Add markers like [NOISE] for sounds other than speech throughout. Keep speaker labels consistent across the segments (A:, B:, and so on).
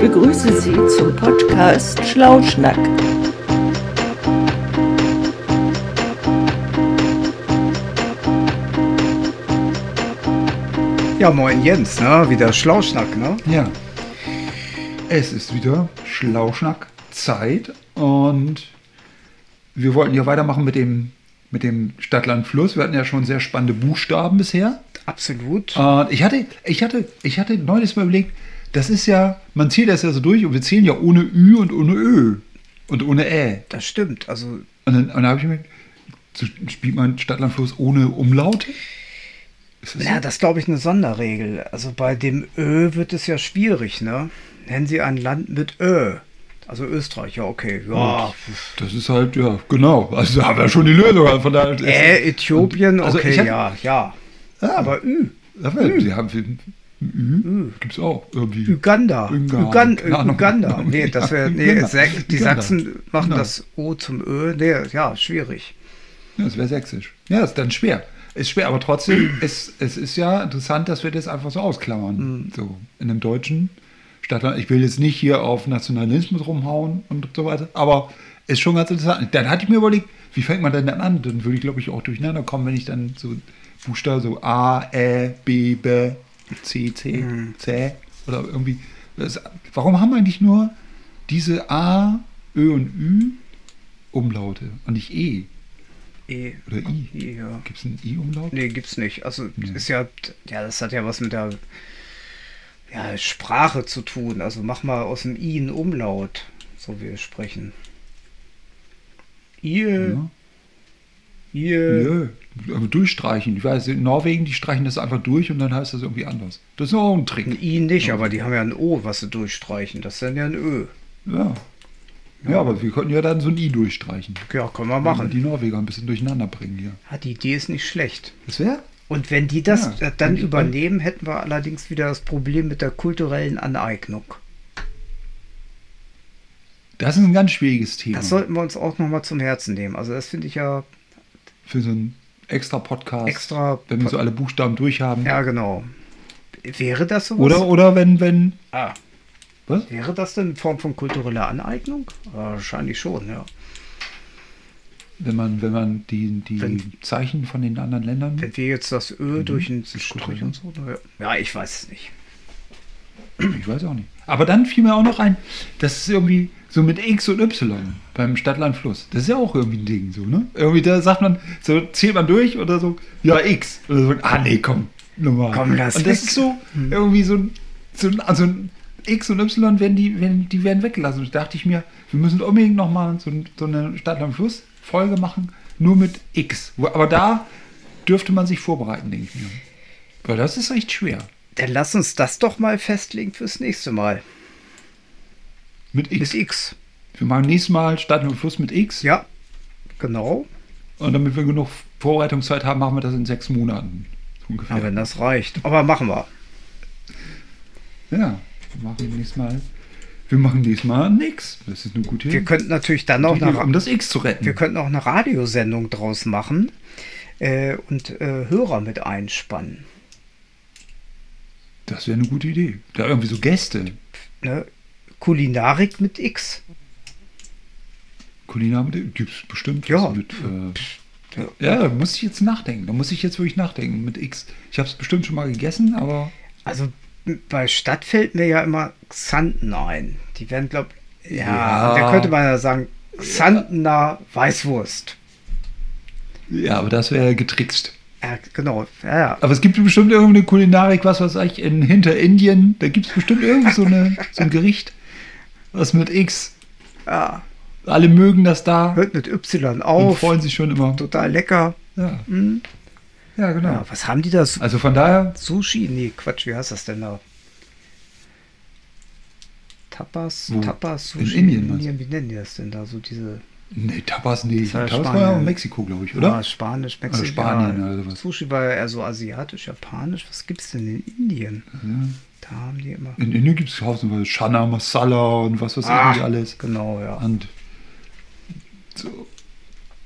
A: begrüße Sie zum Podcast Schlauschnack.
B: Ja, moin Jens, ne? Wieder Schlauschnack, ne?
C: Ja. Es ist wieder Schlauschnack-Zeit und wir wollten ja weitermachen mit dem, mit dem Stadtland-Fluss. Wir hatten ja schon sehr spannende Buchstaben bisher.
B: Absolut.
C: Und ich hatte, ich hatte, ich hatte neulich mal überlegt, das ist ja, man zählt das ja so durch und wir zählen ja ohne Ü und ohne Ö und ohne Ä.
B: Das stimmt. Also,
C: Und dann, und dann habe ich mir gedacht, spielt man Stadtlandfluss ohne Umlaut? Ist das
B: ja,
C: so?
B: das ist, glaube ich, eine Sonderregel. Also bei dem Ö wird es ja schwierig, ne? Nennen Sie ein Land mit Ö. Also Österreich, ja, okay. Ja.
C: das ist halt, ja, genau. Also da haben wir schon die Lösung. Also Von daher
B: Äh, Äthiopien,
C: Also
B: okay,
C: ich hab-
B: ja, ja.
C: Ja,
B: Aber Ü.
C: Dafür, sie haben viel. Ü, gibt's auch irgendwie.
B: Uganda.
C: Ungarn.
B: Ugan
C: Keine Ahnung. [LAUGHS]
B: Uganda. Nee, das wäre. Nee,
C: Uganda.
B: Sä- die
C: Uganda. Genau.
B: Sachsen machen
C: Uganda.
B: das O zum Ö. Nee, ja, schwierig.
C: Ja, das wäre sächsisch. Ja, ist dann schwer. Ist schwer, aber trotzdem, es, es ist ja interessant, dass wir das einfach so ausklammern. So in dem Deutschen. Statt, ich will jetzt nicht hier auf Nationalismus rumhauen und so weiter, aber ist schon ganz interessant. Dann hatte ich mir überlegt, wie fängt man denn dann an? Dann würde ich, glaube ich, auch durcheinander kommen, wenn ich dann so Buchstaben so A, Ä, B, B, C, C, C oder irgendwie. Das, warum haben wir eigentlich nur diese A, Ö und Ü Umlaute und nicht E?
B: E.
C: Oder I.
B: Ja.
C: Gibt es einen I-Umlaut?
B: Nee, gibt's nicht. Also
C: Nee.
B: ist ja, ja, das hat ja was mit der ja, Sprache zu tun. Also mach mal aus dem I einen Umlaut, so wie wir sprechen. Ihr,
C: Ja.
B: ihr.
C: Nö. Aber durchstreichen. Ich weiß, in Norwegen, die streichen das einfach durch und dann heißt das irgendwie anders. Das ist auch ein
B: Ein
C: Trick.
B: I nicht, aber die haben ja ein O, was sie durchstreichen. Das ist dann ja ein Ö.
C: Ja. Ja, aber wir könnten ja dann so ein I durchstreichen.
B: Ja, können wir
C: Und
B: machen.
C: Die Norweger ein bisschen durcheinander bringen hier.
B: Ah, die Idee ist nicht schlecht.
C: Das wäre?
B: Und wenn die das
C: Ja,
B: äh, dann
C: ich-
B: übernehmen, hätten wir allerdings wieder das Problem mit der kulturellen Aneignung.
C: Das ist ein ganz schwieriges Thema.
B: Das sollten wir uns auch nochmal zum Herzen nehmen. Also das finde ich ja
C: Für so einen extra Podcast.
B: Extra
C: Wenn wir
B: Pod-
C: so alle Buchstaben durchhaben.
B: Ja, genau. Wäre das sowas?
C: Oder, oder wenn, wenn.
B: Ah,
C: Was?
B: wäre das denn in Form von kultureller Aneignung? Wahrscheinlich schon, ja.
C: Wenn man, wenn man die, die
B: Wenn-
C: Zeichen von den anderen Ländern.
B: Wenn wir jetzt das Ö durch ein Strich
C: kulturell.
B: und so. na ja. Ja, ich weiß es nicht.
C: Ich weiß auch nicht. Aber dann fiel mir auch noch ein, das ist irgendwie so mit X und Y beim Stadtlandfluss. Das ist ja auch irgendwie ein Ding so, ne? Irgendwie da sagt man, so zählt man durch oder so, ja, X. Oder so, ah nee, komm, normal.
B: Komm, lass
C: und das
B: weg. Hm.
C: ist so irgendwie so ein, so ein, also ein X und Y werden die, werden, die werden weggelassen. Und da dachte ich mir, wir müssen unbedingt nochmal so, ein- so eine Stadtlandfluss-Folge machen, nur mit X. Wo- Aber da dürfte man sich vorbereiten, denke ich mir. Weil das ist echt schwer.
B: Dann lass uns das doch mal festlegen fürs nächste Mal.
C: Mit X.
B: Mit X.
C: Wir machen nächstes Mal Stadt und Fluss mit X.
B: Ja, genau.
C: Und damit wir genug Vorbereitungszeit haben, machen wir das in sechs Monaten. So Ungefähr.
B: Aber wenn das reicht. Aber machen wir.
C: ja, wir machen nächstes Mal. Wir machen nächstes Mal nix. Das ist eine gute
B: Wir könnten natürlich dann auch
C: Idee,
B: nach,
C: um das X zu retten.
B: wir könnten auch eine Radiosendung draus machen äh, und äh, Hörer mit einspannen.
C: Das wäre eine gute Idee. Da irgendwie so Gäste.
B: Ne? Kulinarik mit X.
C: Kulina mit gibt es bestimmt. was
B: Ja.
C: Mit, äh, ja, da muss ich jetzt nachdenken. Da muss ich jetzt wirklich nachdenken mit X. Ich habe es bestimmt schon mal gegessen, aber
B: Also bei Stadt fällt mir ja immer Xanten ein. Die werden, glaube ich, ja,
C: Ja.
B: da könnte man ja sagen, Xantener Weißwurst.
C: ja, aber das wäre getrickst.
B: Ja, genau, ja, ja.
C: Aber es gibt bestimmt irgendeine Kulinarik, was weiß ich, in Hinterindien. Da gibt es bestimmt irgend so, eine, so ein Gericht. Was mit X.
B: ja.
C: Alle mögen das da
B: Hört mit Y
C: und
B: auf.
C: freuen sich schon immer.
B: Total lecker.
C: Ja, ja genau.
B: Ja, was haben die da? Su-
C: Also von daher,
B: Sushi? Nee, Quatsch, wie heißt das denn da? Tapas,
C: Wo?
B: Tapas,
C: In
B: Sushi.
C: Indien, meinst du?
B: Wie nennen die das denn da? So diese
C: nee, Tapas nicht.
B: war ja
C: Tapas war ja
B: Spanien.
C: in Mexiko, glaube ich, oder?
B: Ah, Spanisch,
C: Also
B: Mexiko.
C: Spanien
B: ja.
C: oder sowas.
B: Sushi war ja eher so asiatisch, japanisch. Was gibt's denn in Indien? Da haben die immer.
C: In Indien gibt es haufenweise Chana Masala und was weiß ich nicht alles.
B: Genau, ja.
C: Und, so,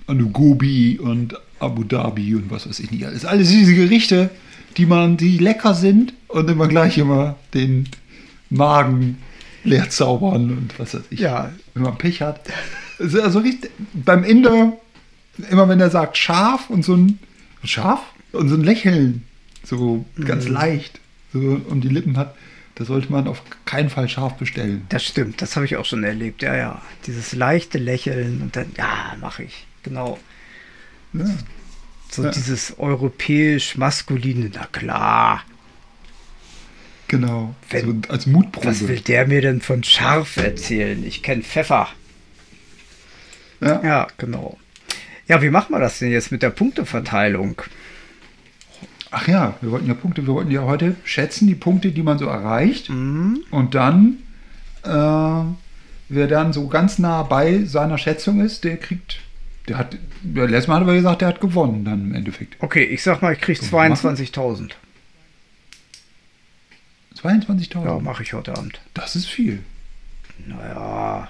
C: und Gobi und Abu Dhabi und was weiß ich nicht alles. Alles diese Gerichte, die man, die lecker sind und immer gleich immer den Magen leer zaubern und was weiß ich.
B: Ja.
C: Wenn man Pech hat. Es ist Also richtig, beim Inder, immer wenn er sagt scharf und so ein scharf und so ein Lächeln, so ganz leicht, so um die Lippen hat, da sollte man auf keinen Fall scharf bestellen.
B: Das stimmt, das habe ich auch schon erlebt. Ja, ja. Dieses leichte Lächeln und dann, ja, mache ich. Genau.
C: Ja.
B: So
C: Ja.
B: dieses europäisch-maskuline, na klar.
C: Genau.
B: Wenn-
C: so als Mutprobe.
B: Was will der mir denn von scharf erzählen? Ich kenne Pfeffer.
C: Ja.
B: Ja, genau. Ja, wie machen wir das denn jetzt mit der Punkteverteilung?
C: Ach ja, wir wollten ja Punkte, wir wollten ja heute schätzen die Punkte, die man so erreicht.
B: Mhm.
C: Und dann, äh, wer dann so ganz nah bei seiner Schätzung ist, der kriegt, der hat, ja, letztes Mal hatten wir gesagt, der hat gewonnen dann im Endeffekt.
B: Okay, ich sag mal, ich krieg
C: wir machen?
B: 22.000.
C: 22.000.
B: Ja, mache ich heute Abend.
C: Das ist viel.
B: Naja,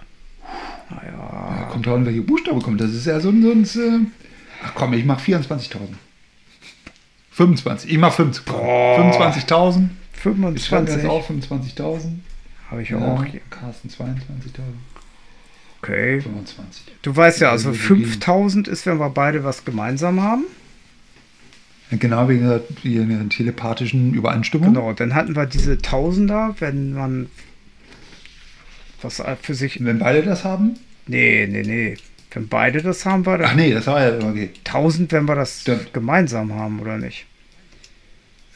B: naja.
C: Da kommt auch an, welche Buchstabe kommt. Das ist ja so ein, so ein äh, ach komm, ich mache 24.000. 25, ich mach 25. komm. 25.000. Ich schreibe jetzt
B: 25
C: auch 25.000.
B: habe ich
C: Ja,
B: auch.
C: Carsten 22.000.
B: Okay.
C: 25.
B: Du weißt ja, also
C: Ja, wir gehen.
B: 5000 ist, wenn wir beide was gemeinsam haben.
C: Genau wie in der, wie in der telepathischen Übereinstimmung.
B: Genau, dann hatten wir diese Tausender, wenn man was für sich.
C: Und wenn beide das haben?
B: Nee, nee, nee. Wenn beide das haben, war
C: Ach
B: dann
C: nee, das war ja okay.
B: 1000, wenn wir das
C: Stimmt.
B: gemeinsam haben, oder nicht?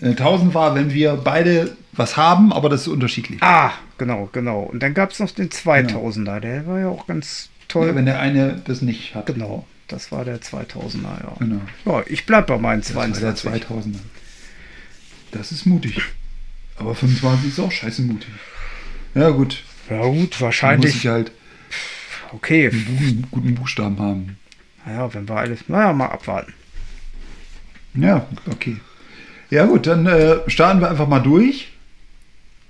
C: Äh, 1000 war, wenn wir beide was haben, aber das ist unterschiedlich.
B: Ah, genau, genau. Und dann gab es noch den 2000er, der war ja auch ganz toll.
C: Wenn der eine das nicht hat.
B: genau, das war der 2000er, ja.
C: Genau.
B: Ja, ich bleib bei meinen
C: Das war der
B: 22.
C: 2000er. Das ist mutig. Aber 25 ist auch scheiße mutig. Ja gut,
B: Ja gut,
C: dann muss ich Mhm.
B: wahrscheinlich.
C: halt
B: Okay,
C: einen guten, guten Buchstaben haben.
B: naja, wenn wir alles. Naja, mal abwarten.
C: Ja, okay. Ja gut, dann äh, starten wir einfach mal durch.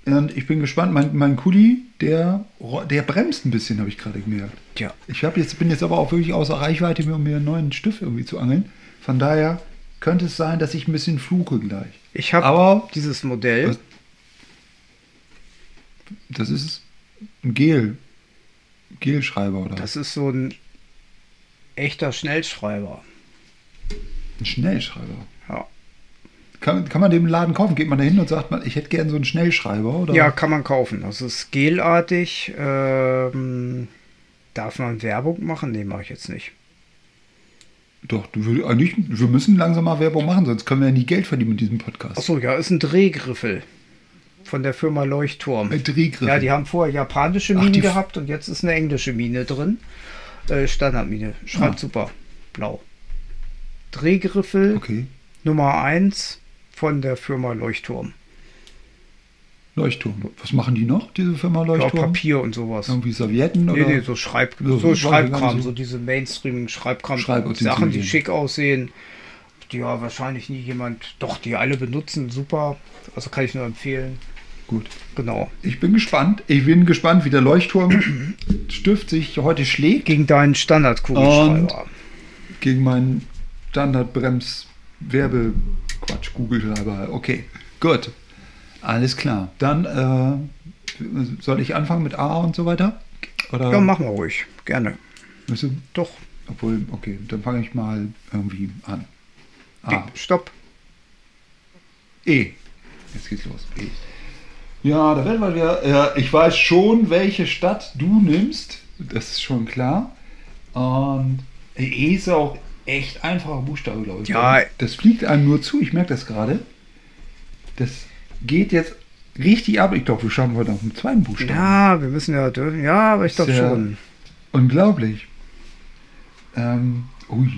C: Und ich bin gespannt, mein, mein Kuli, der, ro- der bremst ein bisschen, habe ich gerade gemerkt.
B: Tja.
C: Ich hab jetzt, bin jetzt aber auch wirklich außer Reichweite, mir- um mir einen neuen Stift irgendwie zu angeln. Von daher könnte es sein, dass ich ein bisschen fluche gleich.
B: Ich habe
C: Aber-
B: dieses Modell.
C: Was- Das ist ein Gel. Gelschreiber oder
B: Das ist so ein echter Schnellschreiber.
C: ein Schnellschreiber.
B: Ja,
C: Kann, kann man dem im Laden kaufen? Geht man da hin und sagt man, ich hätte gern so einen Schnellschreiber oder?
B: ja kann man kaufen. Das ist gelartig. Ähm, darf man Werbung machen? Nee, mache ich jetzt nicht.
C: Doch, du will, eigentlich, wir müssen langsam mal Werbung machen, sonst können wir ja nie Geld verdienen mit diesem Podcast.
B: Achso, ja, ist ein Drehgriffel von der Firma Leuchtturm.
C: Ein Drehgriffel.
B: Ja, die haben vorher japanische
C: Ach,
B: Minen
C: die-
B: gehabt und jetzt ist eine englische Mine drin. Äh, Standardmine. Schreibt
C: Ah.
B: super. Blau. Drehgriffel
C: Okay,
B: Nummer 1 von der Firma Leuchtturm.
C: Leuchtturm. Was machen die noch, diese Firma
B: Ja,
C: Leuchtturm?
B: Papier und sowas.
C: Irgendwie Servietten
B: Nee,
C: oder?
B: nee, so, Schreib
C: Ja,
B: so,
C: so
B: Schreibkram,
C: Schreibkram,
B: so
C: so.
B: diese Mainstream-Schreibkram.
C: Schreib- und
B: Sachen, die
C: Utensilien.
B: schick aussehen, die ja wahrscheinlich nie jemand, doch, die alle benutzen, super. Also kann ich nur empfehlen.
C: Gut.
B: Genau.
C: Ich bin gespannt. Ich bin gespannt, wie der
B: [CLEARS THROAT]
C: Leuchtturm Stift sich heute schlägt
B: Gegen deinen Standardkugelschreiber.
C: gegen meinen Standardbrems-Werbequatsch, Google-Schreiber. Okay, gut. Alles klar. Dann äh, soll ich anfangen mit A und so weiter? Oder
B: Ja, machen wir ruhig. Gerne.
C: Willst du-
B: Doch.
C: Obwohl, okay, dann fange ich mal irgendwie an. A.
B: Stopp.
C: E. Jetzt geht's los. E. Ja, da werden wir wieder. Äh, ich weiß schon, welche Stadt du nimmst. Das ist schon klar. Und E ist ja auch echt einfacher Buchstabe, glaube ich.
B: Ja.
C: Das fliegt einem nur zu. Ich merke das gerade. Das geht jetzt richtig ab. Ich glaube, wir schaffen heute noch einen zweiten Buchstaben.
B: Ja, wir müssen ja dürfen. Ja, aber ich
C: Ist
B: glaube
C: ja-
B: schon.
C: Unglaublich. Ähm, ui.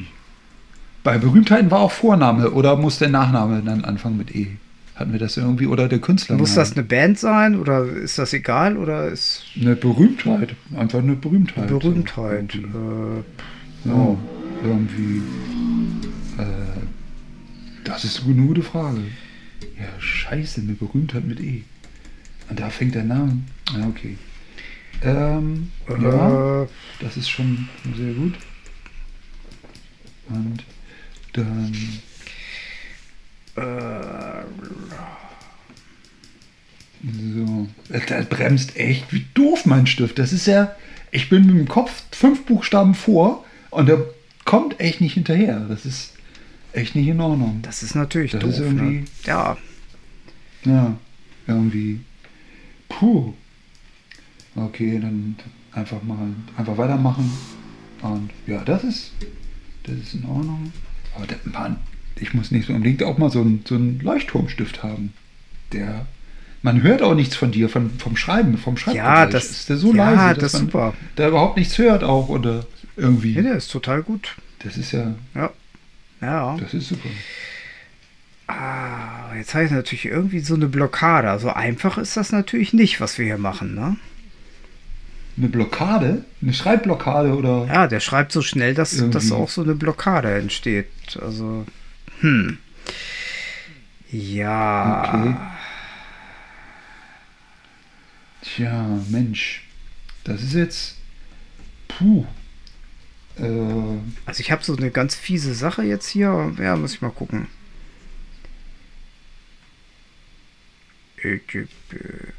C: Bei Berühmtheiten war auch Vorname oder muss der Nachname dann anfangen mit E? Hatten wir das irgendwie oder der Künstler?
B: Muss das eine Band sein oder ist das egal oder ist
C: eine Berühmtheit? Einfach eine Berühmtheit.
B: Berühmtheit?
C: Halt So.
B: Äh,
C: Ja, irgendwie. Äh, das ist eine gute Frage. Ja, scheiße, eine Berühmtheit mit E. Und da fängt der Name. Ja, okay. Ähm, ja.
B: ja. äh,
C: Das ist schon sehr gut. Und dann. äh, So. Das bremst echt wie doof mein Stift. Das ist ja. Ich bin mit dem Kopf fünf Buchstaben vor und der kommt echt nicht hinterher. Das ist echt nicht in Ordnung.
B: Das ist natürlich
C: Das
B: doof.
C: ist irgendwie-
B: ne? Ja,
C: Ja, irgendwie. Puh. Okay, dann einfach mal einfach weitermachen. Und ja, das ist, das ist in Ordnung. Aber der Mann, ich muss nicht so unbedingt auch mal so einen, so einen Leuchtturmstift haben. Der. Man hört auch nichts von dir, von, vom Schreiben, vom Schreiben.
B: das-
C: ist der so
B: ja,
C: leise, dass
B: das ist
C: man
B: super.
C: da überhaupt nichts hört auch oder
B: ja,
C: irgendwie.
B: der ist total gut.
C: Das ist ja,
B: Ja. Ja.
C: das ist super.
B: Ah, jetzt habe ich natürlich irgendwie so eine Blockade. So einfach ist das natürlich nicht, was wir hier machen, ne?
C: Eine Blockade, eine Schreibblockade oder
B: Ja, der schreibt so schnell, dass, dass
C: Irgendwie.
B: auch so eine Blockade entsteht. Also, hm. Ja.
C: Okay. Tja, Mensch. Das ist jetzt. Puh. Äh,
B: Also ich habe so eine ganz fiese Sache jetzt hier. Ja, muss ich mal gucken. Ägypten.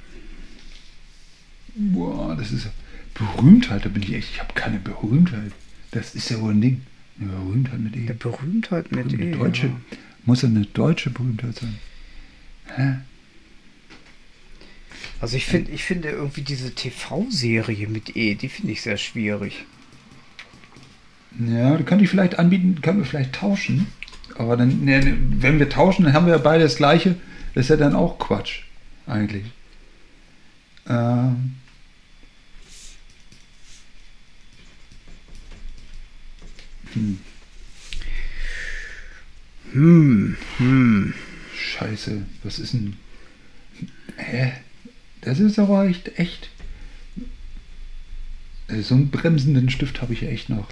C: boah, das ist. Berühmtheit, da bin ich echt. Ich habe keine Berühmtheit. Das ist ja wohl ein Ding. Eine Berühmtheit mit
B: Der
C: E.
B: Berühmtheit mit
C: Eine
B: E.
C: deutsche.
B: ja.
C: Muss ja eine deutsche Berühmtheit sein. Hä?
B: Also ich finde, ich finde irgendwie diese TV-Serie mit E, die finde ich sehr schwierig.
C: Ja, da könnte ich vielleicht anbieten, können wir vielleicht tauschen. Aber dann, ne, ne, wenn wir tauschen, dann haben wir ja beide das gleiche. Das ist ja dann auch Quatsch, eigentlich. Ähm. Hm.
B: Hm, hm.
C: Scheiße, was ist denn. Hä? Das ist aber echt. echt. Äh, So einen bremsenden Stift habe ich ja echt noch.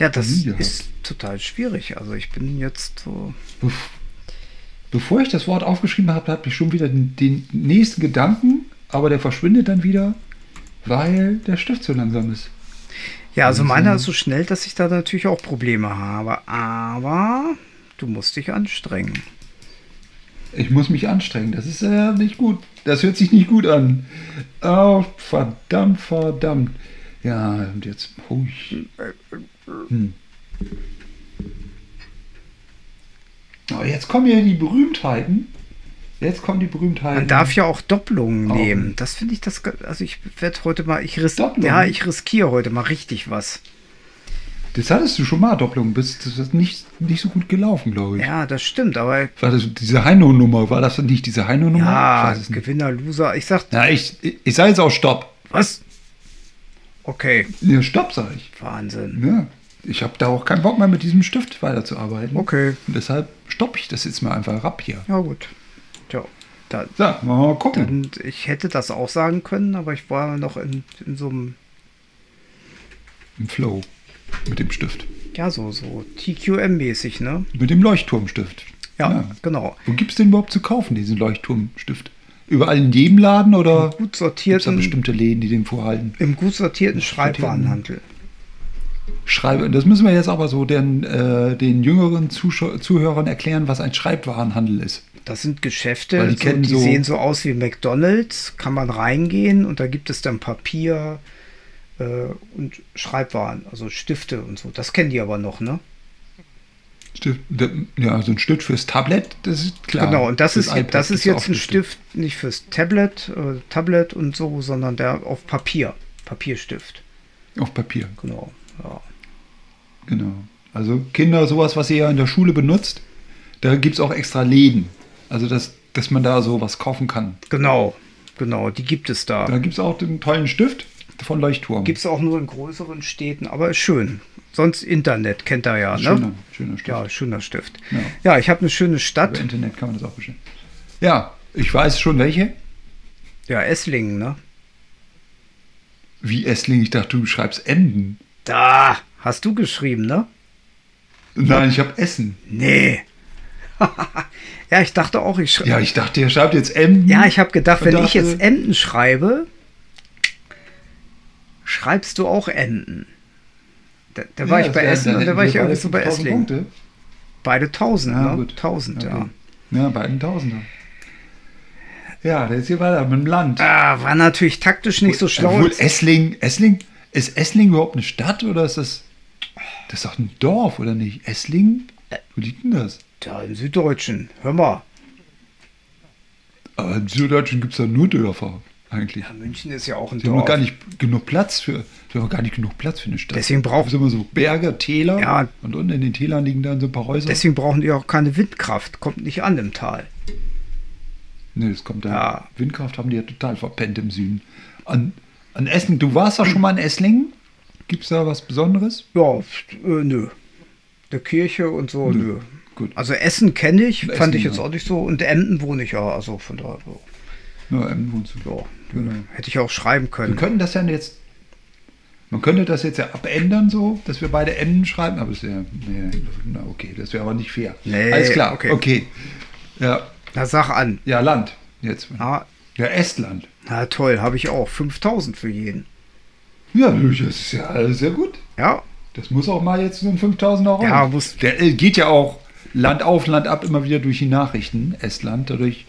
B: Ja, das
C: Nie gehabt.
B: ist total schwierig. Also ich bin jetzt so.
C: Bef Bevor ich das Wort aufgeschrieben habe, hatte ich schon wieder den, den nächsten Gedanken, aber der verschwindet dann wieder, weil der Stift so langsam ist.
B: Ja, also meiner ist so schnell, dass ich da natürlich auch Probleme habe. Aber du musst dich anstrengen.
C: Ich muss mich anstrengen. Das ist äh, nicht gut. Das hört sich nicht gut an. Oh, verdammt, verdammt. Ja, und jetzt. Hui. Hm. Aber Oh, jetzt kommen ja die Berühmtheiten. Jetzt kommen die Berühmtheiten.
B: Man darf ja auch Doppelungen
C: Oh.
B: nehmen. Das finde ich das. ge- Also ich werde heute mal. Ich ris
C: Doppelungen?
B: ja, ich riskiere heute mal richtig was.
C: Das hattest du schon mal, Doppelung. Bist, das ist nicht, nicht so gut gelaufen, glaube ich.
B: Ja, das stimmt. Aber
C: War das diese Heino-Nummer? War das nicht diese Heino-Nummer? ich
B: ja,
C: weiß es nicht.
B: Gewinner, Loser. Ich sag,
C: Na, ich, ich, ich sage jetzt auch Stopp.
B: was? Okay,
C: Ja, Stopp, sage ich.
B: Wahnsinn.
C: Ja, ich habe da auch keinen Bock mehr, mit diesem Stift weiterzuarbeiten.
B: Okay.
C: Und deshalb stoppe ich das jetzt mal einfach ab hier.
B: Ja gut. Tja, dann.
C: So, wollen wir mal gucken.
B: Und ich hätte das auch sagen können, aber ich war noch in, in so einem,
C: Im Flow. Mit dem Stift.
B: ja, so, so TQM-mäßig, ne?
C: Mit dem Leuchtturmstift.
B: Ja, genau.
C: Wo gibt's den überhaupt zu kaufen, diesen Leuchtturmstift? Überall in jedem Laden oder
B: Gut
C: gibt's da
B: sortierten,
C: bestimmte Läden, die den vorhalten?
B: im gut sortierten
C: sortierten-
B: Schreibwarenhandel.
C: Schreibe, das müssen wir jetzt aber so den, äh, den jüngeren Zuschau Zuhörern erklären, was ein Schreibwarenhandel ist.
B: Das sind Geschäfte,
C: Weil die
B: die, so,
C: kennen
B: die
C: so-
B: sehen so aus wie McDonalds, kann man reingehen und da gibt es dann Papier äh, und Schreibwaren, also Stifte und so. Das kennen die aber noch, ne?
C: Stift, der- ja, so ein Stift fürs Tablet, das ist klar.
B: genau, und das,
C: Fürs
B: ist,
C: iPad
B: das ist
C: gibt's
B: jetzt
C: auch
B: ein
C: Stifte.
B: Stift nicht fürs Tablet, äh, Tablet und so, sondern der auf Papier, Papierstift.
C: Auf Papier,
B: Genau, ja.
C: genau. Also Kinder, sowas, was ihr ja in der Schule benutzt, da gibt es auch extra Läden. Also, dass, dass man da so was kaufen kann.
B: Genau, genau, die gibt es da.
C: Da gibt es auch den tollen Stift von Leuchtturm.
B: Gibt es auch nur in größeren Städten, aber ist schön. Sonst Internet kennt er ja, ne?
C: schöner, schöner Stift.
B: Ja, schöner Stift.
C: Ja.
B: Ja, ich habe eine schöne
C: Über
B: Stadt.
C: Internet kann man das auch bestellen. Ja, ich weiß schon welche.
B: Ja, Esslingen, ne?
C: Wie Essling, ich dachte, du schreibst Enden.
B: Da hast du geschrieben, ne?
C: Nein, ich habe Essen.
B: Nee. [LAUGHS] ja, ich dachte auch, ich schreibe.
C: Ja, ich dachte, ihr schreibt jetzt Emden.
B: Ja, ich habe gedacht,
C: Und
B: wenn ich
C: dachte-
B: jetzt Enten schreibe, schreibst du auch Enten. Da, da war
C: Ja,
B: ich bei
C: das wär-
B: Essen
C: dann
B: und da
C: hätten
B: war
C: wir
B: ich irgendwie
C: beide
B: so bei
C: 5000
B: Esslingen.
C: Punkte.
B: Beide tausend,
C: Ja,
B: ne?
C: gut.
B: Tausend, ja.
C: Okay. Ja, beiden Tausender. Ja, der ist hier weiter mit dem Land.
B: Ah, war natürlich taktisch nicht so schlau.
C: Obwohl Essling, Essling, ist Essling überhaupt eine Stadt oder ist das. Das ist doch ein Dorf, oder nicht? Essling? Wo liegt denn das?
B: Da im Süddeutschen. Hör mal.
C: Aber im Süddeutschen gibt es ja nur Dörfer, eigentlich.
B: Ja, München ist ja auch ein
C: Die haben
B: Dorf.
C: noch gar nicht genug Platz für. Die haben noch gar nicht genug Platz für eine Stadt.
B: Deswegen braucht-
C: es immer so Berge, Täler.
B: Ja.
C: Und unten in den Tälern liegen dann so ein paar Häuser.
B: Deswegen brauchen die auch keine Windkraft. Kommt nicht an im Tal.
C: Nee, das kommt da.
B: Ja.
C: Windkraft haben die ja total verpennt im Süden. An, an Esslingen, du warst doch schon mal in Esslingen? Gibt es da was Besonderes?
B: Ja, pst, äh, nö. Der Kirche und so, nö.
C: Gut.
B: Also Essen kenne ich,
C: Essen,
B: fand ich jetzt
C: ja.
B: auch nicht so. Und Emden wohne ich ja, also von daher. so.
C: Ja, im Wohnzimmer.
B: Ja,
C: Genau.
B: hätte ich auch schreiben
C: Wir
B: können.
C: können das ja jetzt. Man könnte das jetzt ja abändern, so, dass wir beide Enden schreiben, aber das wäre. Nee, na okay, das wäre aber nicht fair.
B: Nee,
C: Alles klar,
B: okay.
C: okay. okay. Ja,
B: Na, sag an.
C: ja, Land. Jetzt.
B: Na,
C: Ja, Estland.
B: na toll, habe ich auch. 5000 für jeden.
C: Ja, das ist ja alles sehr gut.
B: Ja,
C: Das muss auch mal jetzt so ein 5000 Euro.
B: Ja, muss-
C: Der äh, geht ja auch Land auf, Land ab, immer wieder durch die Nachrichten. Estland, dadurch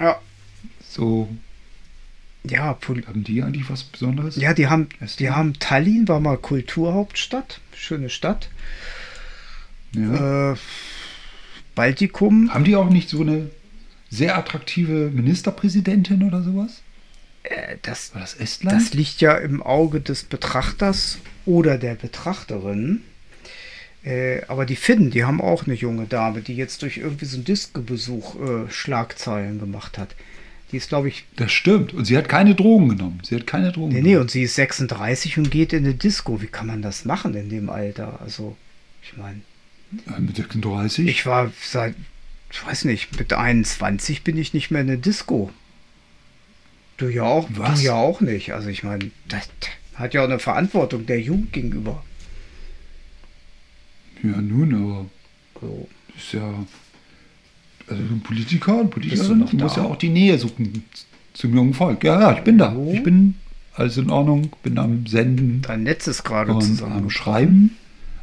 B: ja.
C: so.
B: Ja, Pol
C: Haben die eigentlich was Besonderes?
B: ja die, haben, die
C: Estland?
B: haben Tallinn, war mal Kulturhauptstadt. Schöne Stadt.
C: Ja.
B: Äh, Baltikum.
C: Haben die auch nicht so eine sehr attraktive Ministerpräsidentin oder sowas?
B: Äh, das,
C: War das Estland?
B: das liegt ja im Auge des Betrachters oder der Betrachterin. Äh, aber die Finnen, die haben auch eine junge Dame, die jetzt durch irgendwie so einen Disco-Besuch äh, Schlagzeilen gemacht hat. Die ist, glaube ich,
C: Das stimmt. Und sie hat keine Drogen genommen. Sie hat keine Drogen
B: Nee, nee,
C: genommen.
B: und sie ist 36 und geht in eine Disco. Wie kann man das machen in dem Alter? Also, ich meine,
C: Äh, Mit 36?
B: ich war seit, ich weiß nicht, mit 21 bin ich nicht mehr in eine Disco. Du ja auch,
C: Was?
B: du ja auch nicht. Also, ich meine, das hat ja auch eine Verantwortung der Jugend gegenüber.
C: ja, nun, aber
B: So.
C: das ist ja. Also ein Politiker
B: Bist
C: und
B: du
C: Politikerin
B: noch
C: du muss
B: da?
C: ja auch die Nähe suchen zum jungen Volk. Ja, ja, ich bin da.
B: Hallo?
C: Ich bin alles in Ordnung, bin am Senden
B: Dein Netz ist gerade
C: und ähm,
B: zusammen.
C: am Schreiben.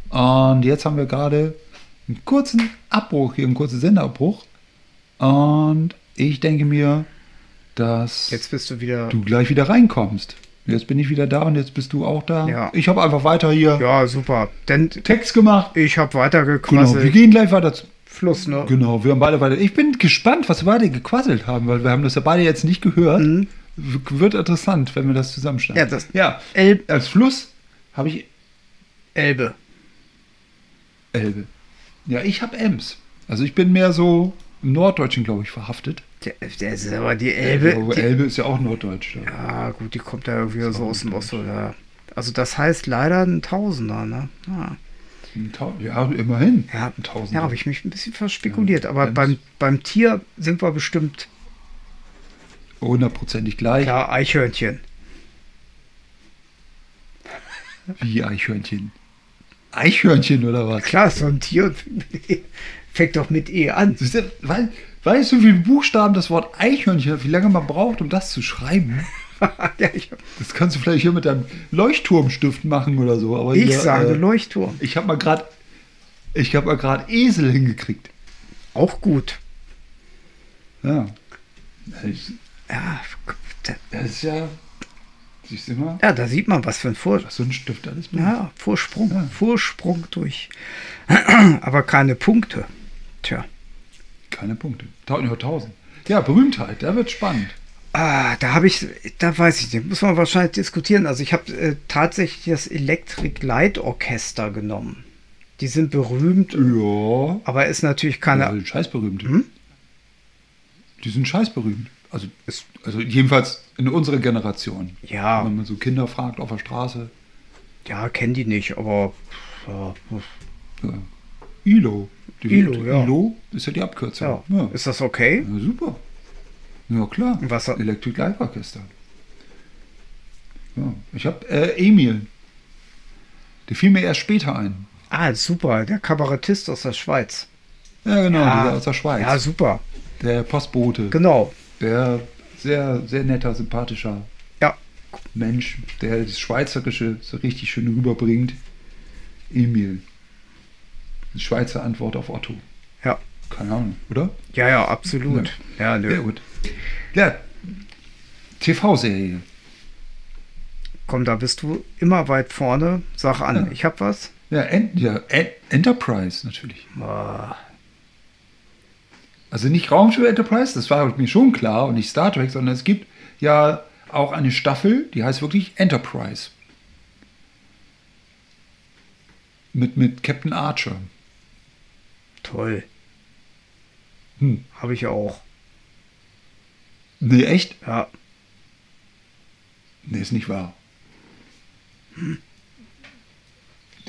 C: Und jetzt haben wir gerade einen kurzen Abbruch hier, einen kurzen Senderabbruch. Und ich denke mir, dass
B: Jetzt bist du wieder.
C: du gleich wieder reinkommst. Jetzt bin ich wieder da und jetzt bist du auch da.
B: Ja.
C: Ich habe einfach weiter hier
B: Ja, super. Denn
C: Text gemacht.
B: ich habe
C: Genau, wir
B: weitergequasselt.
C: gehen gleich weiter. zu-
B: Fluss, ne?
C: Genau, wir haben beide weiter. Ich bin gespannt, was wir beide gequasselt haben, weil wir haben das ja beide jetzt nicht gehört. W- Wird interessant, wenn wir das zusammenschneiden.
B: Mhm. Ja, das-
C: ja.
B: El
C: als Fluss habe ich
B: Elbe.
C: Elbe. Ja, ich habe Ems. Also ich bin mehr so im Norddeutschen, glaube ich, verhaftet.
B: Der, der ist aber die Elbe.
C: Aber
B: die,
C: Elbe ist ja auch Norddeutsch. Ja.
B: Ja, gut, die kommt da irgendwie so aus dem Osten. Ja. Also das heißt leider ein Tausender, ne? Ja,
C: Ein Tau- ja, immerhin.
B: ja,
C: ein Tausender.
B: ja habe ich mich ein bisschen verspekuliert. aber
C: ganz-
B: beim, beim Tier sind wir bestimmt,
C: Hundertprozentig gleich.
B: klar, Eichhörnchen.
C: Wie Eichhörnchen? Eichhörnchen oder was?
B: Klar, ist so ein Tier [LAUGHS] fängt doch mit E an. [LAUGHS]
C: Siehst du, wei- Weißt du, wie viele Buchstaben das Wort Eichhörnchen hat, wie lange man braucht, um das zu schreiben?
B: ja, ich
C: Das kannst du vielleicht hier mit deinem Leuchtturmstift machen oder so. Aber
B: ich
C: hier,
B: sage
C: äh,
B: Leuchtturm.
C: Ich habe mal gerade ich habe mal gerade Esel hingekriegt.
B: Auch gut.
C: Ja. Ich-
B: Ja, da,
C: Das ist ja. Siehst du mal?
B: ja, da sieht man, was für ein Vor
C: Was so ein Stift alles bringt.
B: ja, Vorsprung.
C: Ja.
B: Vorsprung durch. [CLEARS THROAT] aber keine Punkte. Tja.
C: Keine Punkte. Tausend über tausend. Ja, Berühmtheit, da wird spannend.
B: Ah, da habe ich, da weiß ich nicht, muss man wahrscheinlich diskutieren. Also ich habe äh, tatsächlich das Electric Light Orchester genommen. Die sind berühmt,
C: Ja.
B: aber ist natürlich
C: Ja,
B: keine.
C: die sind scheißberühmt.
B: Hm?
C: Die sind scheißberühmt. Also, es- also jedenfalls in unserer Generation.
B: Ja,
C: Wenn man so Kinder fragt auf der Straße.
B: ja, kennen die nicht, aber ja,
C: Ja. ILO. Die-
B: ILO, ja.
C: ILO ist ja die Abkürzung.
B: ja.
C: Ja.
B: ist das okay?
C: Ja, super. Ja, klar.
B: Und was hat-
C: Electric Light Orchestra. Ja. Ich habe äh, Emil. Der fiel mir erst später ein.
B: Ah, super, der Kabarettist aus der Schweiz.
C: Ja, genau,
B: Ah,
C: dieser aus der Schweiz.
B: Ja, super,
C: der Postbote.
B: genau.
C: Der sehr, sehr netter, sympathischer
B: Ja,
C: Mensch, der das Schweizerische so richtig schön rüberbringt. Emil. Die Schweizer Antwort auf Otto.
B: ja,
C: Keine Ahnung, oder?
B: ja, ja, absolut. Ja,
C: Sehr
B: nö.
C: gut. Ja, TV-Serie.
B: Komm, da bist du immer weit vorne. Sag an, ich hab was.
C: Ja, en ja en Enterprise natürlich. Also nicht Raumschiff Enterprise, das war mir schon klar und nicht Star Trek, sondern es gibt ja auch eine Staffel, die heißt wirklich Enterprise. Mit, mit Captain Archer.
B: Toll.
C: Hm.
B: Habe ich auch.
C: Nee, echt?
B: Ja.
C: Nee, ist nicht wahr.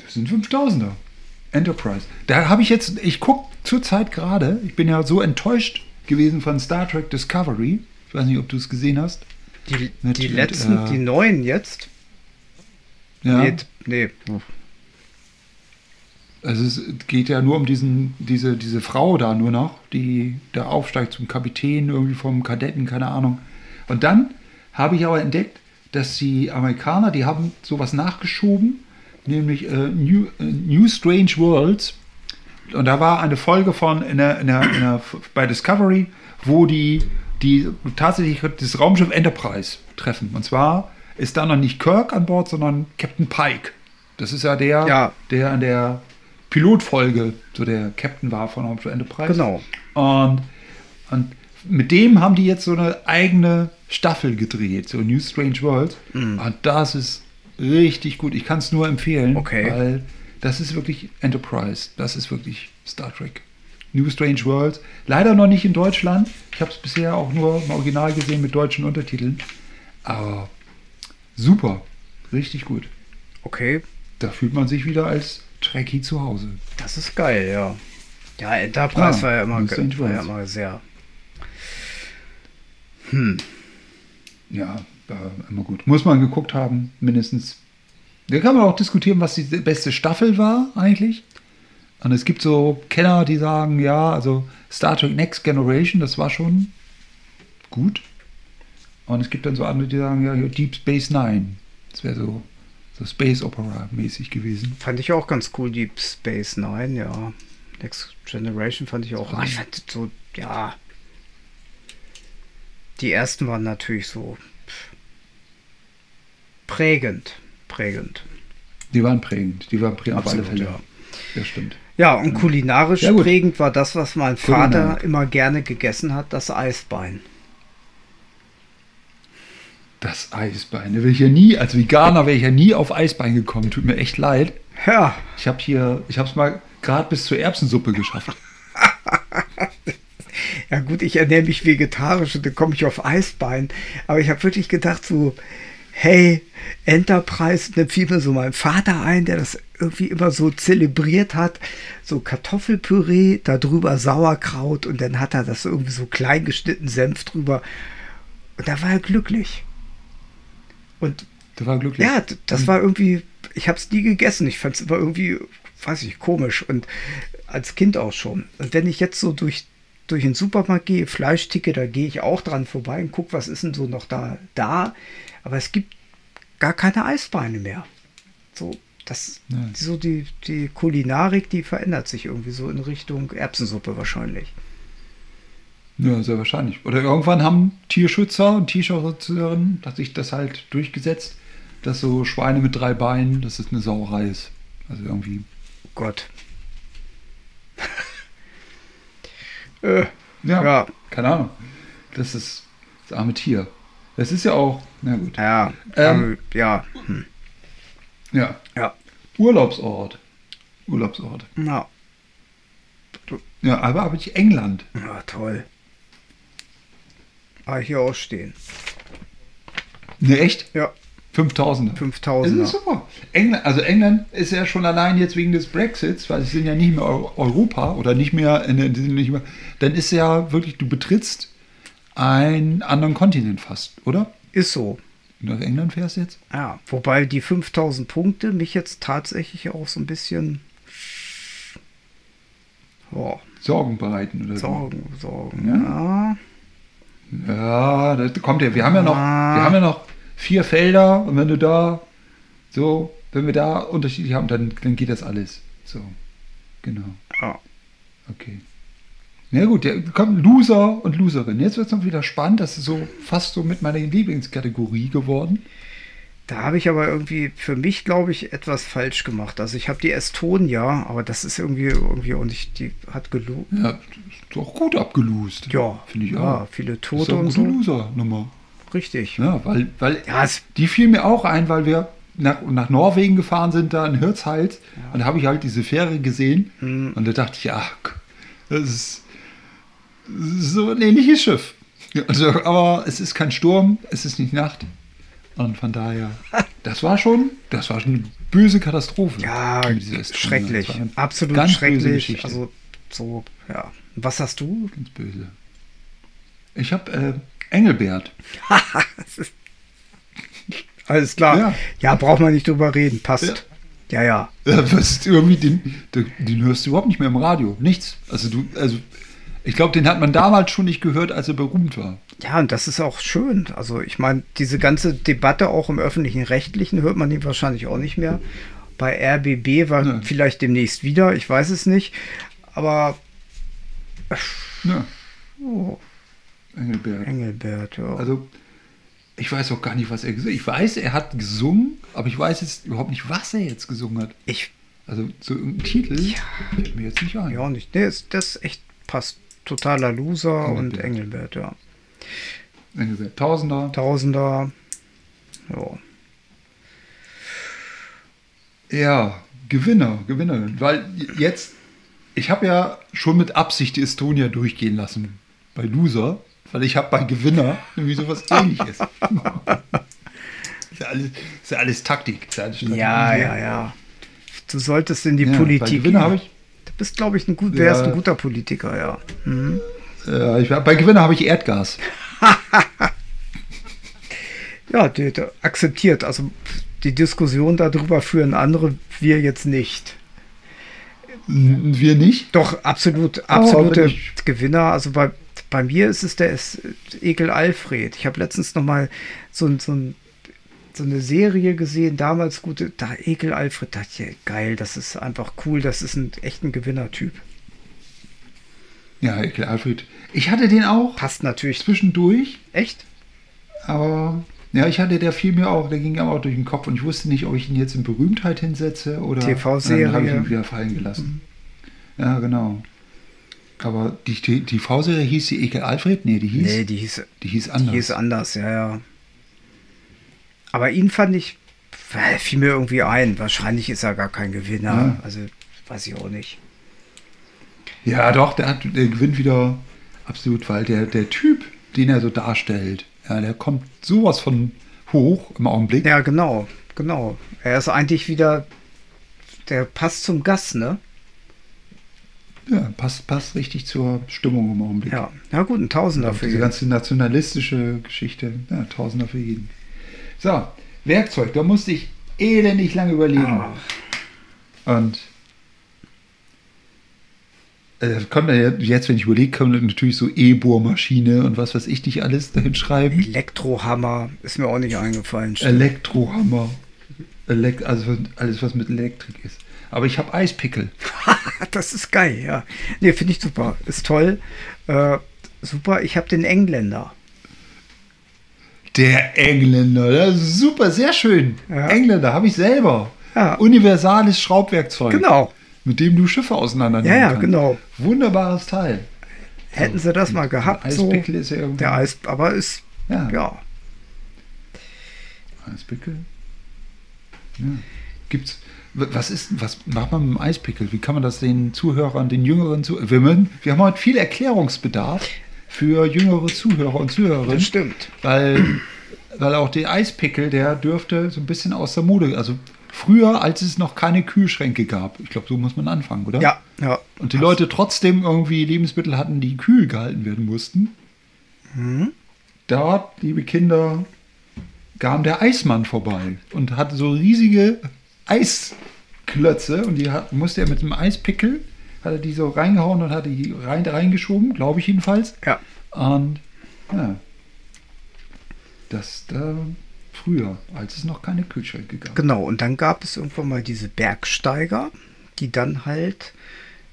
C: Das sind 5000er. Enterprise. Da habe ich jetzt, ich gucke zurzeit gerade, ich bin ja so enttäuscht gewesen von Star Trek Discovery. Ich weiß nicht, ob du es gesehen hast.
B: Die,
C: Mit-
B: die
C: mit,
B: letzten,
C: äh,
B: die neuen jetzt?
C: Ja.
B: Nee, nee.
C: Also es geht ja nur um diesen, diese, diese Frau da nur noch, die da aufsteigt zum Kapitän, irgendwie vom Kadetten, keine Ahnung. Und dann habe ich aber entdeckt, dass die Amerikaner, die haben sowas nachgeschoben, nämlich äh, New, äh, New Strange Worlds. Und da war eine Folge von in der, in der, in der, bei Discovery, wo die, die tatsächlich das Raumschiff Enterprise treffen. Und zwar ist da noch nicht Kirk an Bord, sondern Captain Pike. Das ist ja der,
B: Ja.
C: der an der Pilotfolge so der Captain war von Raumschiff Enterprise.
B: Genau.
C: Und, und mit dem haben die jetzt so eine eigene Staffel gedreht, so New Strange World. Und das ist richtig gut. Ich kann es nur empfehlen,
B: Okay.
C: weil das ist wirklich Enterprise. Das ist wirklich Star Trek. New Strange World. Leider noch nicht in Deutschland. Ich habe es bisher auch nur im Original gesehen mit deutschen Untertiteln. Aber super. Richtig gut.
B: Okay.
C: Da fühlt man sich wieder als Trekkie zu Hause.
B: Das ist geil, ja. Ja, Enterprise
C: Ah,
B: war ja immer,
C: Mr.
B: ge- war ja
C: Enterprise.
B: immer sehr.
C: Ja, war immer gut. Muss man geguckt haben, mindestens. Da kann man auch diskutieren, was die beste Staffel war eigentlich. Und es gibt so Kenner, die sagen, ja, also Star Trek Next Generation, das war schon gut. Und es gibt dann so andere, die sagen, ja, hier Deep Space Nine. Das wäre so, so Space Opera mäßig gewesen.
B: Fand ich auch ganz cool, Deep Space Nine, ja. Next Generation fand ich auch.
C: Ach.
B: Ich fand so, ja. Die ersten waren natürlich so pff, prägend. Prägend.
C: Die waren prägend. Die waren prägend auf alle
B: Absolut,
C: Fälle.
B: ja.
C: Das stimmt.
B: Ja, und kulinarisch
C: Ja, gut.
B: prägend war das, was mein Vater
C: Kulinar.
B: immer gerne gegessen hat, das Eisbein.
C: Das Eisbein. Da wäre ich ja nie, als Veganer wäre ich ja nie auf Eisbein gekommen. Tut mir echt leid.
B: Ja,
C: Ich habe hier, ich habe es mal gerade bis zur Erbsensuppe geschafft.
B: Ja gut, ich ernähre mich vegetarisch und dann komme ich auf Eisbein. Aber ich habe wirklich gedacht so, hey, Enterprise, und dann fiel mir so mein Vater ein, der das irgendwie immer so zelebriert hat. So Kartoffelpüree, darüber Sauerkraut und dann hat er das irgendwie so klein geschnitten, Senf drüber. Und da war er glücklich. Und
C: Der war glücklich.
B: ja, d- das war irgendwie, ich habe es nie gegessen. Ich fand es immer irgendwie, weiß ich, komisch und als Kind auch schon. Und wenn ich jetzt so durch, durch den Supermarkt gehe, Fleisch ticke, da gehe ich auch dran vorbei und gucke, was ist denn so noch da, da. Aber es gibt gar keine Eisbeine mehr. So, das,
C: Nein.
B: so die, die Kulinarik, die verändert sich irgendwie so in Richtung Erbsensuppe wahrscheinlich.
C: ja, sehr wahrscheinlich. Oder irgendwann haben Tierschützer und Tierschützerinnen hat sich das halt durchgesetzt, dass so Schweine mit drei Beinen, dass es eine Sauerei ist. Also irgendwie.
B: Gott. [LAUGHS] äh,
C: Ja,
B: Ja.
C: keine Ahnung. Das ist das arme Tier. Das ist ja auch, na gut.
B: ja,
C: Ähm.
B: ja, hm,
C: Ja.
B: ja,
C: Urlaubsort. Urlaubsort.
B: ja.
C: Ja, aber aber ich England.
B: Ah, toll. Ah, hier ausstehen.
C: Ne, echt?
B: Ja,
C: 5000.
B: 5000er.
C: Das ist super. England, also England ist ja schon allein jetzt wegen des Brexits, weil sie sind ja nicht mehr Eu- Europa oder nicht mehr, in, in- die sind nicht mehr, dann ist ja wirklich, du betrittst einen anderen Kontinent fast, oder?
B: Ist so.
C: Wenn du nach England fährst jetzt?
B: Ja, wobei die 5000 Punkte mich jetzt tatsächlich auch so ein bisschen ja,
C: Sorgen bereiten oder
B: Sorgen, Sorgen. Ja.
C: Ja. so. Ja, das kommt ja. Wir haben ja noch, wir
B: Ah.
C: haben ja noch vier Felder und wenn du da so, wenn wir da Unterschiede haben, dann, dann geht das alles. So. Genau.
B: ja.
C: Okay. Na gut, ja, komm, Loser und Loserin. Jetzt wird es noch wieder spannend. Das ist so fast so mit meiner Lieblingskategorie geworden.
B: Da habe ich aber irgendwie für mich, glaube ich, etwas falsch gemacht. Also ich habe die Estonia, aber das ist irgendwie, irgendwie auch nicht, die hat gelu.
C: Ja, ist doch gut abgelost.
B: Ja,
C: finde ich
B: ja,
C: auch.
B: viele
C: Das ist
B: Tote
C: doch
B: und
C: eine
B: so.
C: gute Loser-Nummer.
B: Richtig.
C: Ja, weil, weil
B: Ja, es-
C: die fiel mir auch ein, weil wir nach, nach Norwegen gefahren sind, da in Hirtshals. Und da habe ich halt diese Fähre gesehen.
B: Hm.
C: Und da dachte ich, ach, das ist, das ist so ein ähnliches Schiff. Also, aber es ist kein Sturm, es ist nicht Nacht. Und
B: [LAUGHS]
C: von daher, das war schon, das war schon eine böse Katastrophe.
B: Ja,
C: Mit dieser Estonia.
B: schrecklich.
C: Das war eine
B: Absolut
C: ganz Böse
B: schrecklich.
C: Geschichte.
B: Also so, ja. Was hast du? [LAUGHS]
C: ganz böse. Ich habe äh, Engelbert.
B: Alles klar. Ja,
C: Ja.
B: braucht man nicht drüber reden. Passt. Ja, ja.
C: Ja, Was ist irgendwie den, den, den hörst du überhaupt nicht mehr im Radio. Nichts. Also du, also ich glaube, den hat man damals schon nicht gehört, als er berühmt war.
B: Ja, und das ist auch schön. Also ich meine, diese ganze Debatte auch im öffentlichen Rechtlichen hört man die wahrscheinlich auch nicht mehr. Bei RBB war
C: Nein.
B: vielleicht demnächst wieder, ich weiß es nicht. Aber
C: Ja,
B: oh,
C: Ne? Engelbert.
B: Engelbert, ja.
C: Also ich weiß auch gar nicht, was er gesungen hat. Ich weiß, er hat gesungen, aber ich weiß jetzt überhaupt nicht, was er jetzt gesungen hat.
B: ich
C: Also so irgendein Titel fällt mir jetzt nicht ein.
B: ja auch nicht. Nee, ist, das ist echt passt. Totaler Loser und Engelbert,
C: Engelbert.
B: ja.
C: Engelbert. Tausender.
B: Tausender. Ja.
C: Ja, Gewinner, Gewinnerin. Weil jetzt, ich habe ja schon mit Absicht die Estonia durchgehen lassen bei Loser, weil ich habe bei Gewinner nämlich sowas ähnliches. ist, ja alles, ist ja alles Taktik. Ist ja, alles Strategie.
B: Ja, ja, ja. Du solltest in die
C: Ja, Bei
B: Politik.
C: Gewinner habe ich,
B: Du bist, glaube ich, ein gut, wärst
C: Ja.
B: ein guter Politiker, ja.
C: äh, ich, war- bei Gewinner habe ich Erdgas.
B: Ja, die, die, akzeptiert. Also die Diskussion darüber führen andere, wir jetzt nicht.
C: N- Wir nicht.
B: Doch, absolut,
C: Oh, aber
B: absolute
C: wenn ich-
B: Gewinner. Also bei, bei mir ist es der S- Ekel Alfred. Ich habe letztens nochmal so, ein- so, ein- so eine Serie gesehen, damals gute, da Ekel Alfred, dachte ich, geil, das ist einfach cool, das ist ein echt ein Gewinnertyp.
C: Ja, Ekel Alfred. Ich hatte den auch
B: Passt natürlich.
C: zwischendurch.
B: Echt?
C: Aber ja, ich hatte, der fiel mir auch, der ging mir auch durch den Kopf und ich wusste nicht, ob ich ihn jetzt in Berühmtheit hinsetze oder
B: TV-Serie.
C: Dann habe ich ihn wieder fallen gelassen. Ja, genau. Aber die, die die TV-Serie hieß die Ekel Alfred? Nee, die hieß,
B: Nee, die hieß
C: die hieß anders.
B: Die ist anders, ja, ja. Aber ihn fand ich, äh, fiel mir irgendwie ein. Wahrscheinlich ist er gar kein Gewinner.
C: Ja.
B: Also weiß ich auch nicht.
C: ja, doch, der, hat, der gewinnt wieder absolut, weil der, der Typ, den er so darstellt, ja, der kommt sowas von hoch im Augenblick.
B: Ja, genau, genau. Er ist eigentlich wieder, der passt zum Gast, ne?
C: Ja, passt, passt richtig zur Stimmung im Augenblick.
B: Ja, na gut, ein Tausender
C: Für
B: für
C: diese
B: ihn.
C: ganze nationalistische Geschichte. Ja, Tausender für jeden. So, Werkzeug. Da musste ich elendig lange überlegen.
B: Ah.
C: Und äh, kommt ja jetzt, wenn ich überlege, kann man natürlich so E-Bohrmaschine und was weiß ich nicht alles dahin schreiben.
B: Elektrohammer ist mir auch nicht eingefallen.
C: Elektrohammer. Elek also alles, was mit Elektrik ist. Aber ich habe Eispickel.
B: [LAUGHS] das ist geil, ja. Nee, finde ich super. Ist toll. Äh, super, ich habe den Engländer.
C: Der Engländer, das ist super, sehr schön.
B: Ja.
C: Engländer habe ich selber.
B: Ja.
C: Universales Schraubwerkzeug.
B: Genau.
C: Mit dem du Schiffe auseinandernehmen
B: Ja, ja,
C: kannst.
B: genau.
C: Wunderbares Teil.
B: Hätten sie das mal gehabt, so.
C: Eispickel ist ja irgendwie.
B: Der Eis, aber ist,
C: Ja.
B: ja.
C: Eispickel. Ja. Gibt's. w- Was ist, was macht man mit dem Eispickel? Wie kann man das den Zuhörern, den jüngeren Zuhörern, wir, müssen- wir haben heute viel Erklärungsbedarf für jüngere Zuhörer und Zuhörerinnen.
B: Das stimmt.
C: Weil, weil auch der Eispickel, der dürfte so ein bisschen aus der Mode, also früher, als es noch keine Kühlschränke gab. Ich glaube, so muss man anfangen, oder?
B: Ja, ja.
C: Und die Leute trotzdem irgendwie Lebensmittel hatten, die kühl gehalten werden mussten. Dort, liebe Kinder, kam der Eismann vorbei und hatte so riesige Eisklötze und die hat, musste er mit einem Eispickel, hat er die so reingehauen und hat die rein, reingeschoben, glaube ich jedenfalls.
B: Ja.
C: Und ja, das da früher, als es noch keine Kühlschränke gab.
B: Genau, und dann gab es irgendwann mal diese Bergsteiger, die dann halt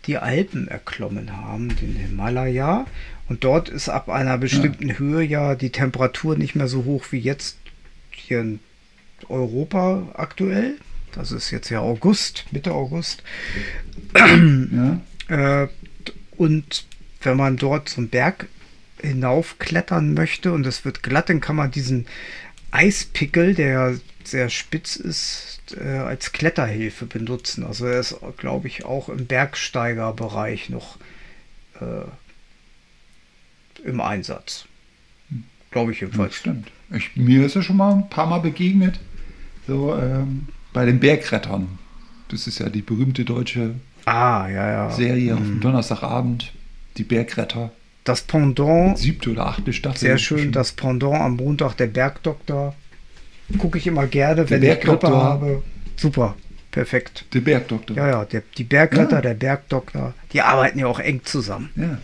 B: die Alpen erklommen haben, den Himalaya. Und dort ist ab einer bestimmten Höhe ja die Temperatur nicht mehr so hoch wie jetzt hier in Europa aktuell. Das ist jetzt ja August, Mitte August.
C: Ja.
B: Äh, und wenn man dort zum Berg hinaufklettern möchte und es wird glatt, dann kann man diesen Eispickel, der ja sehr spitz ist, äh, als Kletterhilfe benutzen. Also er ist, glaube ich, auch im Bergsteigerbereich noch äh, im Einsatz. Glaube ich
C: Hm. Ja,
B: jedenfalls.
C: stimmt. Ich, mir ist er schon mal ein paar Mal begegnet. So ähm, bei den Bergrettern. Das ist ja die berühmte deutsche
B: Ah, Mhm. ja, ja.
C: Serie auf dem Donnerstagabend. Die Bergretter.
B: Das Pendant
C: Siebte oder achte Staffel.
B: Sehr schön, das Pendant am Montag, der Bergdoktor. Gucke ich immer gerne, wenn ich Grippe
C: Bergdoktor.
B: habe. Super, perfekt.
C: Der Bergdoktor.
B: Ja, ja, der, die Bergretter,
C: Ja.
B: der Bergdoktor, die arbeiten ja auch eng zusammen.
C: Ja.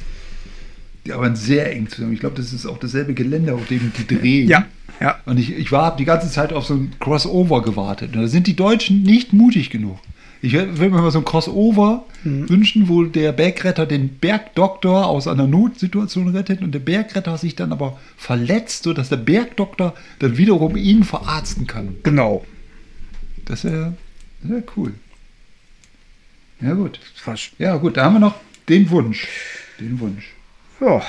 C: Die arbeiten sehr eng zusammen. Ich glaube, das ist auch dasselbe Gelände, auf dem die drehen.
B: Ja, ja.
C: Und ich, ich war hab die ganze Zeit auf so ein Crossover gewartet. Und da sind die Deutschen nicht mutig genug. Ich würde mir mal so ein Crossover wünschen, wo der Bergretter den Bergdoktor aus einer Notsituation rettet und der Bergretter sich dann aber verletzt, sodass der Bergdoktor dann wiederum ihn verarzten kann.
B: Genau.
C: Das wäre wär cool. Ja gut.
B: Versch-
C: Ja gut, da haben wir noch den Wunsch. Den Wunsch.
B: Ja,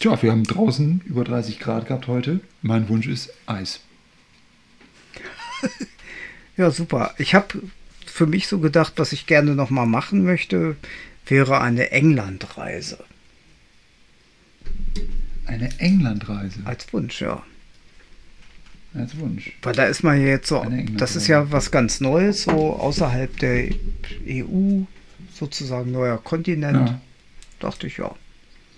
C: Tja, wir haben draußen über 30 Grad gehabt heute. Mein Wunsch ist Eis.
B: ja, super. Ich habe für mich so gedacht, was ich gerne nochmal machen möchte, wäre eine Englandreise.
C: Eine Englandreise
B: Als Wunsch, ja.
C: als Wunsch.
B: Weil da ist man ja jetzt so,
C: Eine Englandreise.
B: das ist ja was ganz Neues, so außerhalb der EU, sozusagen neuer Kontinent.
C: Ja.
B: Dachte ich, ja.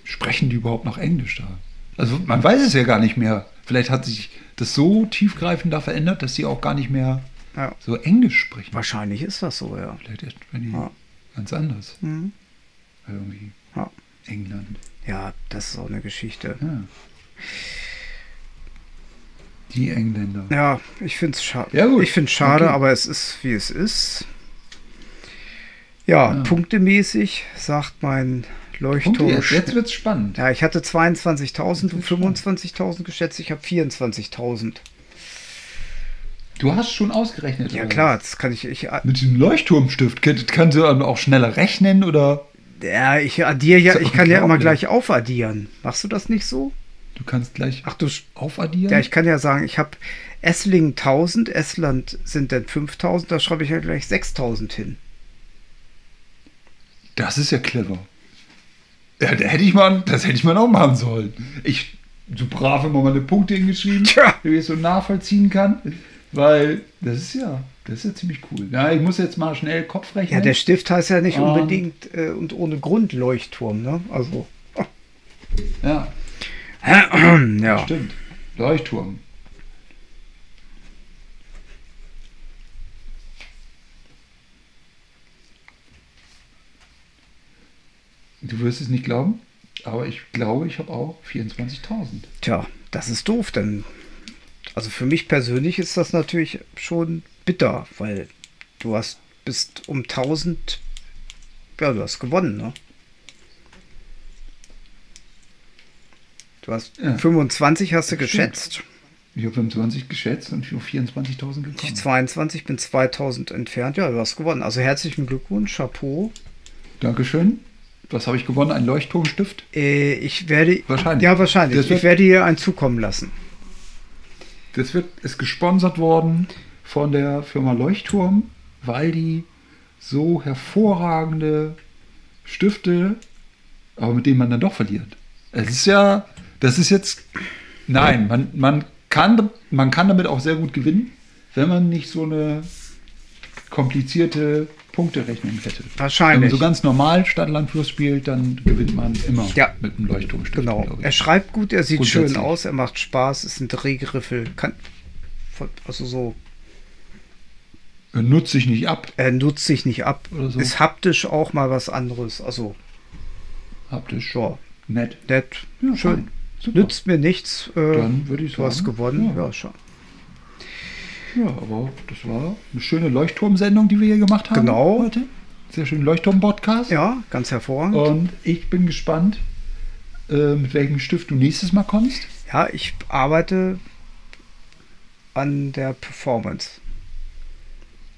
C: Sprechen die überhaupt noch Englisch da? Also man weiß es ja gar nicht mehr. Vielleicht hat sich das so tiefgreifend da verändert, dass sie auch gar nicht mehr
B: ja.
C: so Englisch sprechen.
B: Wahrscheinlich ist das so, ja.
C: Vielleicht erst, wenn die
B: Ja.
C: ganz anders.
B: Mhm.
C: Irgendwie
B: Ja.
C: England.
B: ja, das ist auch eine Geschichte.
C: Ja. Die Engländer.
B: Ja, ich finde es schade.
C: Ja, gut.
B: ich finde es schade,
C: Okay.
B: aber es ist, wie es ist. Ja,
C: Ja.
B: punktemäßig sagt mein
C: Punkt,
B: Leuchtturm.
C: jetzt jetzt wird es spannend.
B: Ja, ich hatte 22.000
C: Das
B: und
C: ist
B: 25.000 geschätzt, ich habe 24.000.
C: Du hast schon ausgerechnet.
B: Ja
C: oder?
B: klar, das kann ich, ich,
C: Mit dem Leuchtturmstift kann- kannst du dann auch schneller rechnen oder
B: ja, ich addiere ja,
C: Ist doch
B: ich kann ja immer
C: unglaublich.
B: gleich aufaddieren. Machst du das nicht so?
C: du kannst gleich
B: Ach du, Sch-
C: aufaddieren.
B: ja, ich kann ja sagen, ich habe Esslingen 1000, Estland sind dann 5000, da schreibe ich ja gleich 6000 hin.
C: das ist ja clever. Ja, da hätte ich mal, das hätte ich mal auch machen sollen. Ich so brav immer meine Punkte hingeschrieben,
B: Tja.
C: damit ich es so nachvollziehen kann, weil das ist ja, das ist ja ziemlich cool. Ja, ich muss jetzt mal schnell Kopf rechnen.
B: Ja, der Stift heißt ja nicht
C: Ähm.
B: unbedingt äh, und ohne Grund Leuchtturm, ne? Also. [CLEARS THROAT]
C: ja
B: ja.
C: stimmt. Leuchtturm. Du wirst es nicht glauben, aber ich glaube, ich habe auch 24.000.
B: Tja, das ist doof, denn. Also für mich persönlich ist das natürlich schon bitter, weil du hast bist um 1000. Ja, du hast gewonnen, ne? Du hast
C: Ja.
B: 25 hast du
C: Das
B: geschätzt.
C: Ich habe 25 geschätzt und ich bin auf 24.000
B: Ich
C: gekommen.
B: 22 bin 2000 entfernt. Ja, du hast gewonnen. Also herzlichen Glückwunsch, Chapeau.
C: Dankeschön. Was habe ich gewonnen? Ein Leuchtturmstift?
B: Äh, ich werde.
C: Wahrscheinlich.
B: Ja, wahrscheinlich.
C: Das wird-
B: ich werde dir einen zukommen lassen.
C: Das wird, ist gesponsert worden von der Firma Leuchtturm, weil die so hervorragende Stifte, aber mit denen man dann doch verliert. Es ist ja, das ist jetzt, nein, man, man, kann, man kann damit auch sehr gut gewinnen, wenn man nicht so eine komplizierte Punkterechnung hätte. Wenn man
B: Wahrscheinlich.
C: so ganz normal Stadt, Land, Fluss spielt, dann gewinnt man immer
B: Ja.
C: mit einem Leuchtturmstift.
B: Genau.
C: glaube ich.
B: Er schreibt gut, er sieht schön
C: Grundsätzlich.
B: aus, er macht Spaß, ist ein Drehgriffel. Kann, von- also so,
C: Er nutzt sich nicht ab,
B: er nutzt sich nicht ab.
C: Oder so.
B: Ist haptisch auch mal was anderes. Also,
C: haptisch.
B: ja,
C: Nett.
B: nett,
C: Ja,
B: schön.
C: fein. Super.
B: Nützt mir nichts. Äh,
C: Dann würde ich
B: du hast
C: sagen,
B: gewonnen.
C: ja.
B: Ja, schon.
C: Ja, aber das war eine schöne Leuchtturmsendung, die wir hier gemacht haben
B: Genau.
C: heute. Sehr schön Leuchtturm-Podcast.
B: Ja, ganz hervorragend.
C: Und ich bin gespannt, äh, mit welchem Stift du nächstes Mal kommst.
B: Ja, ich arbeite an der Performance.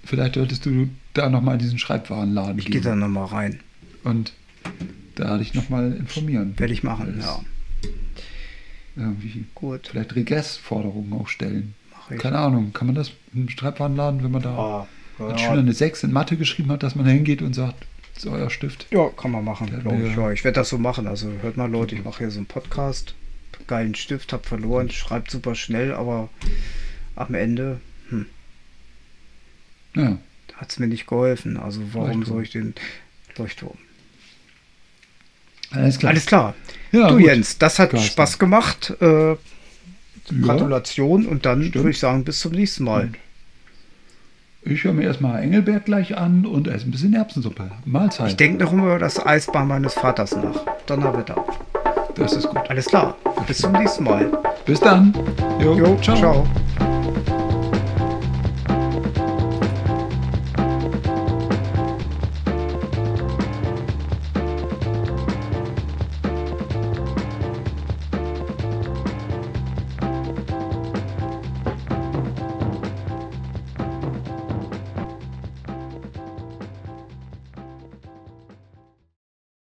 C: Vielleicht solltest du da nochmal in diesen Schreibwarenladen
B: Ich gehe da nochmal rein.
C: und da dich nochmal informieren.
B: Werde ich machen.
C: Das-
B: Ja,
C: Irgendwie
B: gut.
C: vielleicht Regressforderungen auch stellen.
B: Mach ich.
C: Keine Ahnung, kann man das im Schreibwarenladen, wenn man da
B: Ah,
C: als Schüler
B: ja.
C: eine 6 in Mathe geschrieben hat, dass man da hingeht und sagt, das ist euer Stift.
B: ja, kann man machen, glaube ich.
C: Ja.
B: Ja, ich werde das so machen. Also hört mal, Leute, ich mache hier so einen Podcast. Geilen Stift, hab verloren, schreibt super schnell, aber am Ende
C: Ja,
B: hat es mir nicht geholfen. Also warum
C: Leuchtturm.
B: soll ich den Leuchtturm?
C: alles klar.
B: Alles klar.
C: Ja,
B: du
C: gut.
B: Jens, das hat
C: Carsten.
B: Spaß gemacht. Äh,
C: ja,
B: Gratulation und dann
C: Stimmt. Hm.
B: würde ich sagen, bis zum nächsten Mal.
C: ich höre mir erstmal Engelbert gleich an und esse ein bisschen Erbsensuppe. Mahlzeit.
B: Ich denke noch immer über das Eisbahn meines Vaters nach. Donnerwetter.
C: das ist gut.
B: Alles klar. Bis zum nächsten Mal.
C: Bis dann. Jo,
B: Jo, ciao.